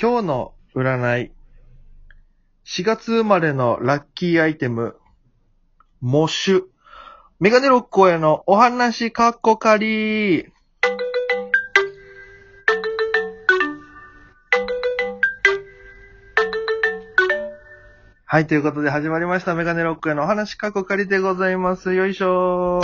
今日の占い。4月生まれのラッキーアイテム。モッシュ。メガネロッコへのお話かっこかり。はい、ということで始まりました。メガネロックへのお話かっこかりでございます。よいしょ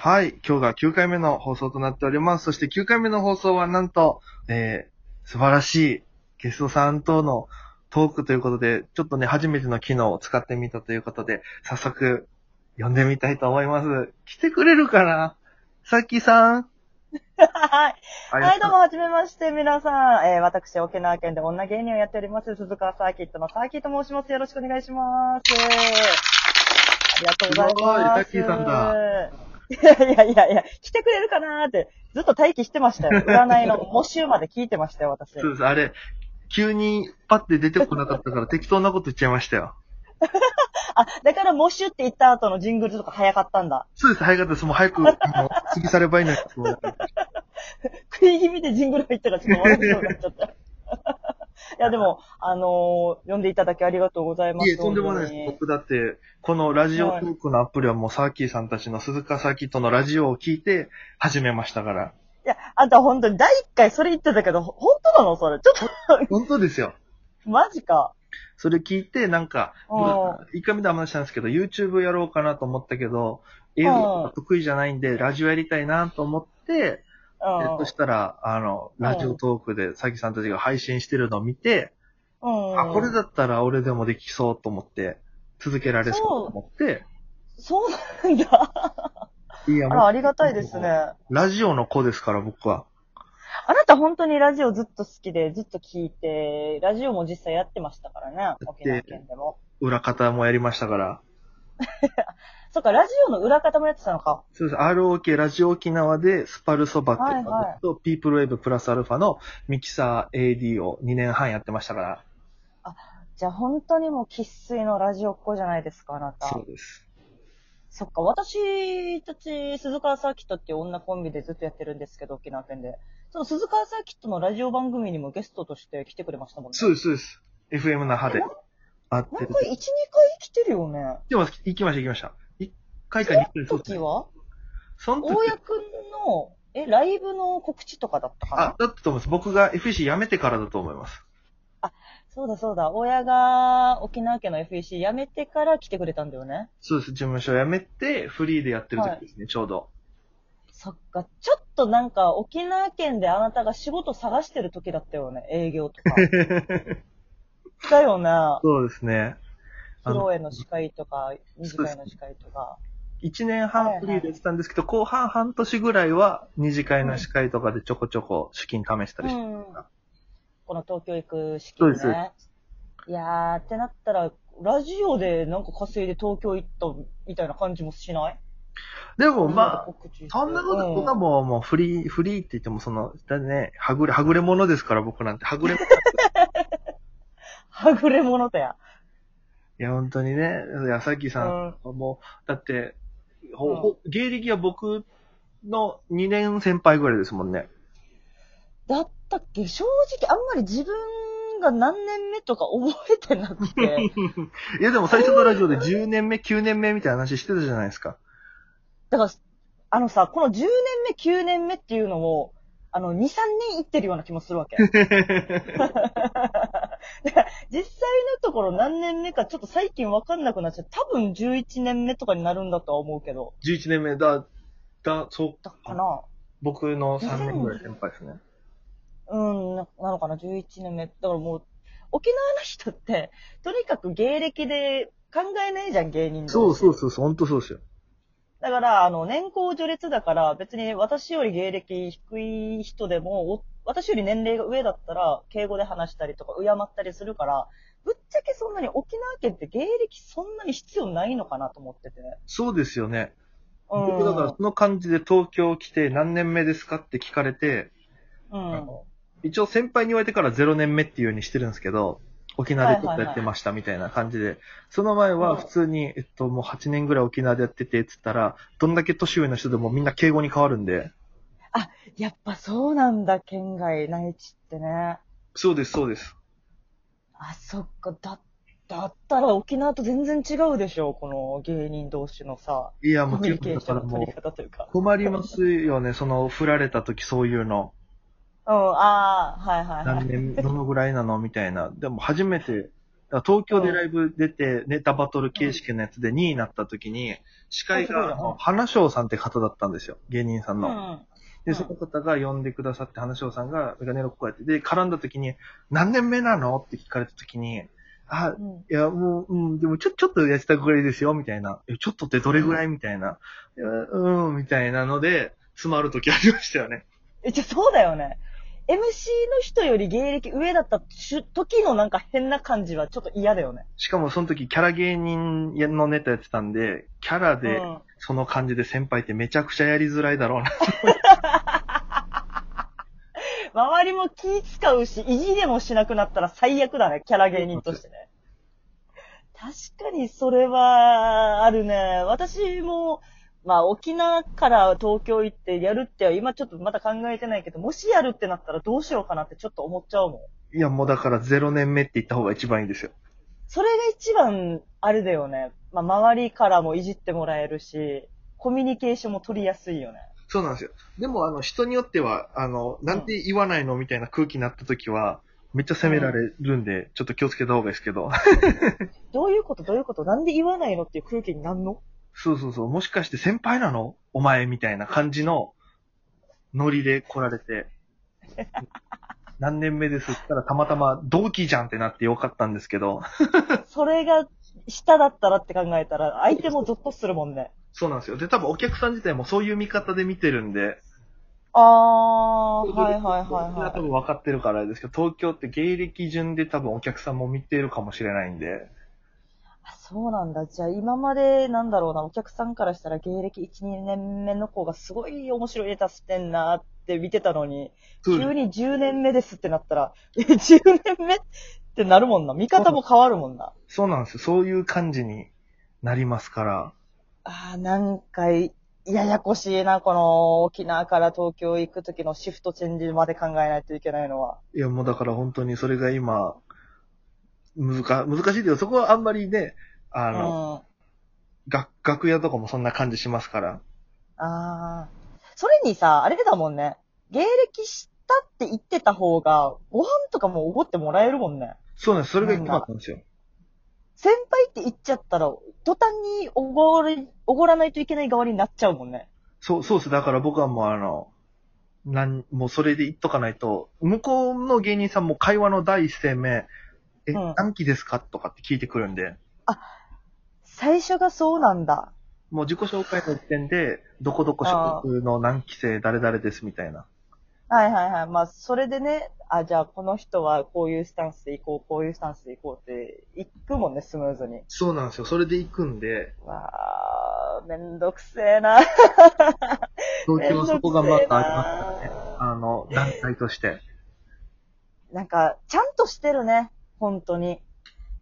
はい、今日が9回目の放送となっております。そして9回目の放送はなんと、えー、素晴らしいゲストさんとのトークということで、ちょっとね、初めての機能を使ってみたということで、早速、呼んでみたいと思います。来てくれるかなさきさんはい。ははい、どうも、はじめまして、皆さん。えー、私、沖縄県で女芸人をやっております、鈴川サーキットのサーキット申します。よろしくお願いします。ありがとうございます。すごいタッキーさんだ。いやいやいやいや、来てくれるかなーって、ずっと待機してましたよ。占いの募集まで聞いてましたよ、私。そうです。あれ、急にパッて出てこなかったから適当なこと言っちゃいましたよ。あ、だから募集って言った後のジングルとか早かったんだ。そうです。早かったです。もう早く、あの、次さればいいのにと思 って。食い気味でジングル入ったからちょっと笑いそうになっちゃ った。いや、でも、あのー呼んでいただきありがとうございます。いえ、とんでもない本当でにす。僕だって、このラジオトークのアプリはもうサーキーさんたちの鈴鹿サーキットのラジオを聞いて始めました から。いや、あんた本当に第一回それ言ってたけど、ほ本当なのそれ。ちょっ本当ですよ。と、マジか。それ聞いて、なんか、うんまあ一回目で話したんですけど、YouTube やろうかなと思ったけど、映画が得意じゃないんで、ラジオやりたいなと思って、うん。えそしたら、あの、ラジオトークでサーキーさんたちが配信してるのを見て、うん。あ、これだったら俺でもできそうと思って、続けられそうと思って、そうなんだ。いや、あもうら、ありがたいですね。あラジオの子ですから、僕は。なた本当にラジオずっと好きで、ずっと聞いて、ラジオも実際やってましたからね、沖縄県でも。裏方もやりましたから。そっか、ラジオの裏方もやってたのか。そうです。ROK、ラジオ沖縄で、スパルソバっていうはいはのと、ピープルウェーブプラスアルファのミキサー AD を2年半やってましたから。じゃあ本当にもう生粋のラジオっ子じゃないですか、あなた。そうです。そっか、私たち、鈴川サーキットっていう女コンビでずっとやってるんですけど、沖縄県で。その鈴川サーキットのラジオ番組にもゲストとして来てくれましたもんね。そうです、そうです。FM 那覇で。あっなてんか1、2回来てるよね。でも、行きました、行きました。1回か2回、そうです時ね。はその時大、谷くんの、え、ライブの告知とかだったかあな、だったと思います。僕が FEC 辞めてからだと思います。そうだそうだ。大谷が沖縄県の FEC 辞めてから来てくれたんだよね。そうです。事務所辞めて、フリーでやってる時ですね、ちょうど。そっか、ちょっとなんか沖縄県であなたが仕事探してる時だったよね。営業 とか。だよね。そうですね。披あの露宴の司会とか、二次会の司会とか。一年半フリーでやってたんですけど、後半半年ぐらいは二次会の司会とかでちょこちょこ資金試したうりして、ん。この東京行く式ね。そうでいやー、ってなったら、ラジオでなんか稼いで東京行ったみたいな感じもしないでもまあ、告知してそんなこと、うそんなもう、もうフリー、フリーって言ってもその、だね、はぐれ、はぐれ者ですから僕なんて、はぐれ、いはぐれ者とや。や本当にね、いやさきうさん、ん。もう、だって、ほほ芸歴は僕の2年先輩ぐらいですもんね。だったっけ正直あんまり自分が何年目とか覚えてなくて。いやでも最初のラジオで10年目、9年目みたいな話してたじゃないですか。だから、あのさ、この10年目、9年目っていうのを、あの、2、3年行ってるような気もする わけ。だから実際のところ何年目かちょっと最近わかんなくなっちゃって、多分11年目とかになるんだとは思うけど。 11年目だ、だ、そう、だかな僕の3年ぐらい先輩ですね。うん、ななのかな、11年目。だからもう、沖縄の人って、とにかく芸歴で考えないじゃん、芸人。そうそううそうそう、本当そうですよ。だから、あの、年功序列だから、別に私より芸歴低い人でも、お私より年齢が上だったら、敬語で話したりとか、敬ったりするから、ぶっちゃけそんなに沖縄県って芸歴そんなに必要ないのかなと思ってて。そうですよね。うん。僕だからその感じで東京来て何年目ですかって聞かれて、うん。あの一応先輩に言われてから0年目っていうようにしてるんですけど、沖縄でちょっとやってましたみたいな感じで、その前は普通に、えっと、もう8年ぐらい沖縄でやっててって言ったら、どんだけ年上の人でもみんな敬語に変わるんで、やっぱそうなんだ、県外、内地って。ってね。そうです、そうです。あ、そっか、だ、だったら沖縄と全然違うでしょ、この芸人同士のさ、いや、コもミちュろニん、ケだーショかンらの取もりう、方というか。困りますよね、その、振られた時そういうの。うん、ああ、はいはいは何い。 年、どのぐらいなのみたいな。でも初めて、だから東京でライブ出て、ネタバトル形式のやつで2位になった時に、司会あすごいが、なあの花翔さんって方だったんですよ。芸人さんうの。ん。うで、んその方が呼んでくださって、花翔さんが、メガネロックこうやって、で、絡んだ時に、何年目なのって聞かれた時に、あ、うん。いや、もう、うん、でもちょ、ちょっとやってたぐらいですよ、みたいな。えちょっとってどれぐらいみたいな。いやうん、みたいなので、詰まる時ありましたよね。え、じゃ、そうだよね。MC の人より芸歴上だったしゅ時のなんか変な感じはちょっと嫌だよね。しかもその時、キャラ芸人のネタやってたんで、キャラうで、ん。その感じで先輩ってめちゃくちゃやりづらいだろうな。周りも気使うし、意地でもしなくなったら最悪だね、キャラ芸人としてね。確かにそれは、あるね。私も、まあ、沖縄から東京行ってやるっては今ちょっとまだ考えてないけど、もしやるってなったらどうしようかなってちょっと思っちゃうもん。いや、もうだから0年目って言った方が一番いいですよ。それが一番、あれだよね。まあ、周りからもいじってもらえるし、コミュニケーションも取りやすいよね。そうなんですよ。でも、あの、人によっては、あの、なんて言わないのみたいな空気になった時は、めっちゃ責められるんで、ちょっと気をつけた方がいいですけど。 どういうことどういうことなんで言わないのっていう空気になんのそうそうそう。もしかして先輩なのお前みたいな感じのノリで来られて。 何年目ですって言ったらたまたま同期じゃんってなってよかったんですけど。それが下だったらって考えたら、相手もゾッとするもんね。そうなんですよ。で、多分お客さん自体もそういう見方で見てるんで、ああ、はいはいは多いはい。分分かってるからあれですけど、東京って芸歴順で多分お客さんも見てるかもしれないんで、あそうなんだ。じゃあ今まで、なんだろうな、お客さんからしたら芸歴1、2年目の子がすごい面白いネタしてんなって見てたのに、急に10年目ですってなったら、 え、10年目ってなるもんな。見方も変わるもんな。そうなんですよ。そういう感じになりますから。 ああ、なんかい、ややこしいな、この沖縄から東京行く時のシフトチェンジまで考えないといけないのは。いや、もうだから本当にそれが今、難、難しいけど、そこはあんまりね、あうん。の、あが楽屋とかもそんな感じしますから。あー。それにさ、あれだもんね。芸歴したって言ってた方が、ご飯とかもおごってもらえるもんね。そうなんです。それが一番なんですよ。先輩って言っちゃったら、途端におごり、おごらないといけない側になっちゃうもんね。そう、そうです。だから僕はもうあの、なん、もうそれで言っとかないと、向こうの芸人さんも会話の第一声目、え、うん何期ですかとかって聞いてくるんで、最初がそうなんだ。もう自己紹介の時点で、どこどこ所属の何期生誰々ですみたいな。はいはいはい。まあ、それでね、あ、じゃあこの人はこういうスタンスで行こう、こういうスタンスで行こうって、行くもんね、スムーズに。そうなんですよ。それで行くんで、わあ、めんどくせえな。東めん京どはくせそこがえまたありますからね。な。あの、団体として。なんか、ちゃんとしてるね、本当に。い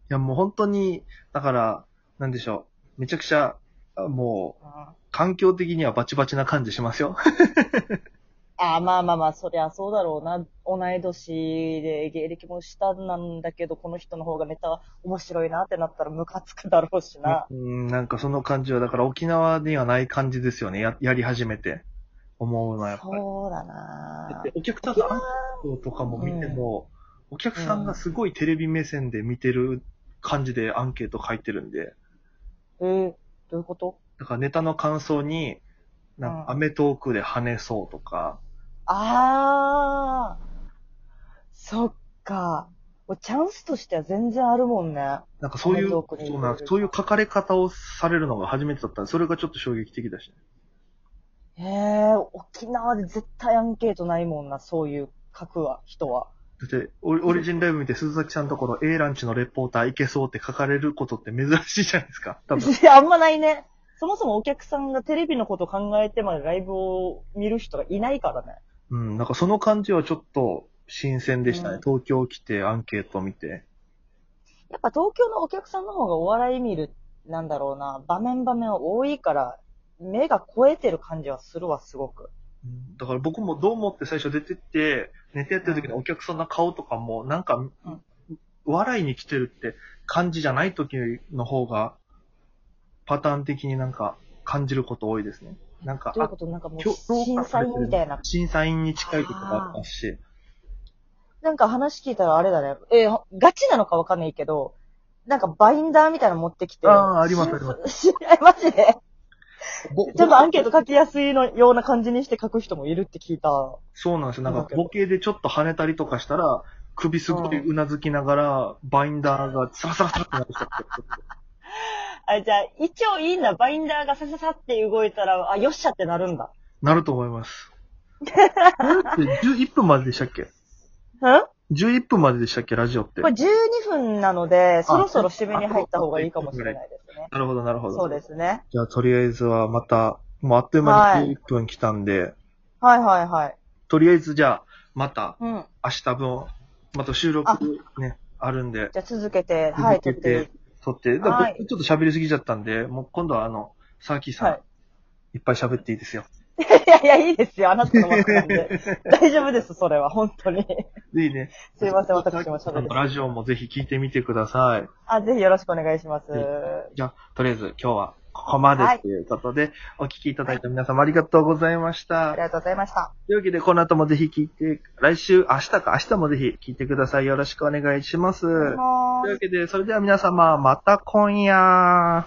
や、もう本当に、だから、なんでしょう。めちゃくちゃ、あもう、あ環境的にはバチバチな感じしますよ。あ、まあまあまあ、そりゃそうだろうな。同い年で芸歴も下なんだけど、この人の方がネタ面白いなってなったらムカつくだろうしな。うん、なんかその感じは、だから沖縄にはない感じですよね。や、やり始めて。思うのはやっぱり。そうだなで。お客さんのアンケートとかも見ても、お客さんがすごいテレビ目線で見てる感じでアンケート書いてるんで、えー、どういうことだからネタの感想に、なんうんかアメトークで跳ねそうとか、ああ、そっか。もうチャンスとしては全然あるもんね。なんかそういう、アメそトークにうなんですそういう書かれ方をされるのが初めてだったんで、それがちょっと衝撃的だし、ね。へえ、沖縄で絶対アンケートないもんな、そういう書くわ、人は。だってオリ、オリジンライブ見て鈴崎さんのところ A ランチのレポーターいけそうって書かれることって珍しいじゃないですか。多分。 いや、あんまないね。そもそもお客さんがテレビのこと考えてまでライブを見る人がいないからね。うん、なんかその感じはちょっと新鮮でしたね。うん東京来てアンケート見て。やっぱ東京のお客さんの方がお笑い見る、なんだろうな、場面場面多いから、目が超えてる感じはするわ、すごく。うんだから僕もどう思って最初出てって、ネタやってる時のお客さんの顔とかも、なんか、ん笑いに来てるって感じじゃない時の方が、パターン的になんか感じること多いですね。なんか、どういうことなんかも今う、日どう審査員みたいな。審査員に近いことがあったし、なんか話聞いたらあれだね。えーガチなのかわかんないけど、なんかバインダーみたいなの持ってきて。。ああありますあります え、マジでぼちょっとアンケート書きやすいのような感じにして書く人もいるって聞いた。そうなんですよ。なんかボケでちょっと跳ねたりとかしたら、首すごいうなずきながら、バインダーがサラサラサラってなってきたって。あ、じゃあ、一応いいんだ。バインダーがさささって動いたら、あ、よっしゃってなるんだ。なると思い ます。これって11分まででしたっけん ?11 分まででしたっけラジオってこれ。12分なので、そろそろ締めに入った方がいいかもしれないですね。なるほど、なるほど。そうですね。じゃあ、とりあえずはまた、もうあっという間に11分来たんで、はいはいはい。とりあえずじゃあ、またうん。明日分、また収あ録ね、あるんで、じゃあ続けて、はい、続取けってて、撮って、だからはい僕ちょっと喋りすぎちゃったんで、もう今度はあの、サーキーさん、はいい、っぱい喋っていいですよ。 いやいや、いいですよ。あなたの枠なんで。 大丈夫です、それは。本当に。いいね。すいません私も喋ってあのラジオもぜひ聞いてみてください。あ、ぜひよろしくお願いします。じゃあ、とりあえず今日はここまではいということで、お聞きいただいた皆様ありがとうございました。ありがとうございました。というわけで、この後もぜひ聞いて、来週、明日か、明日もぜひ聞いてください。よろしくお願いします。というもーわけで、それでは皆様、また今夜。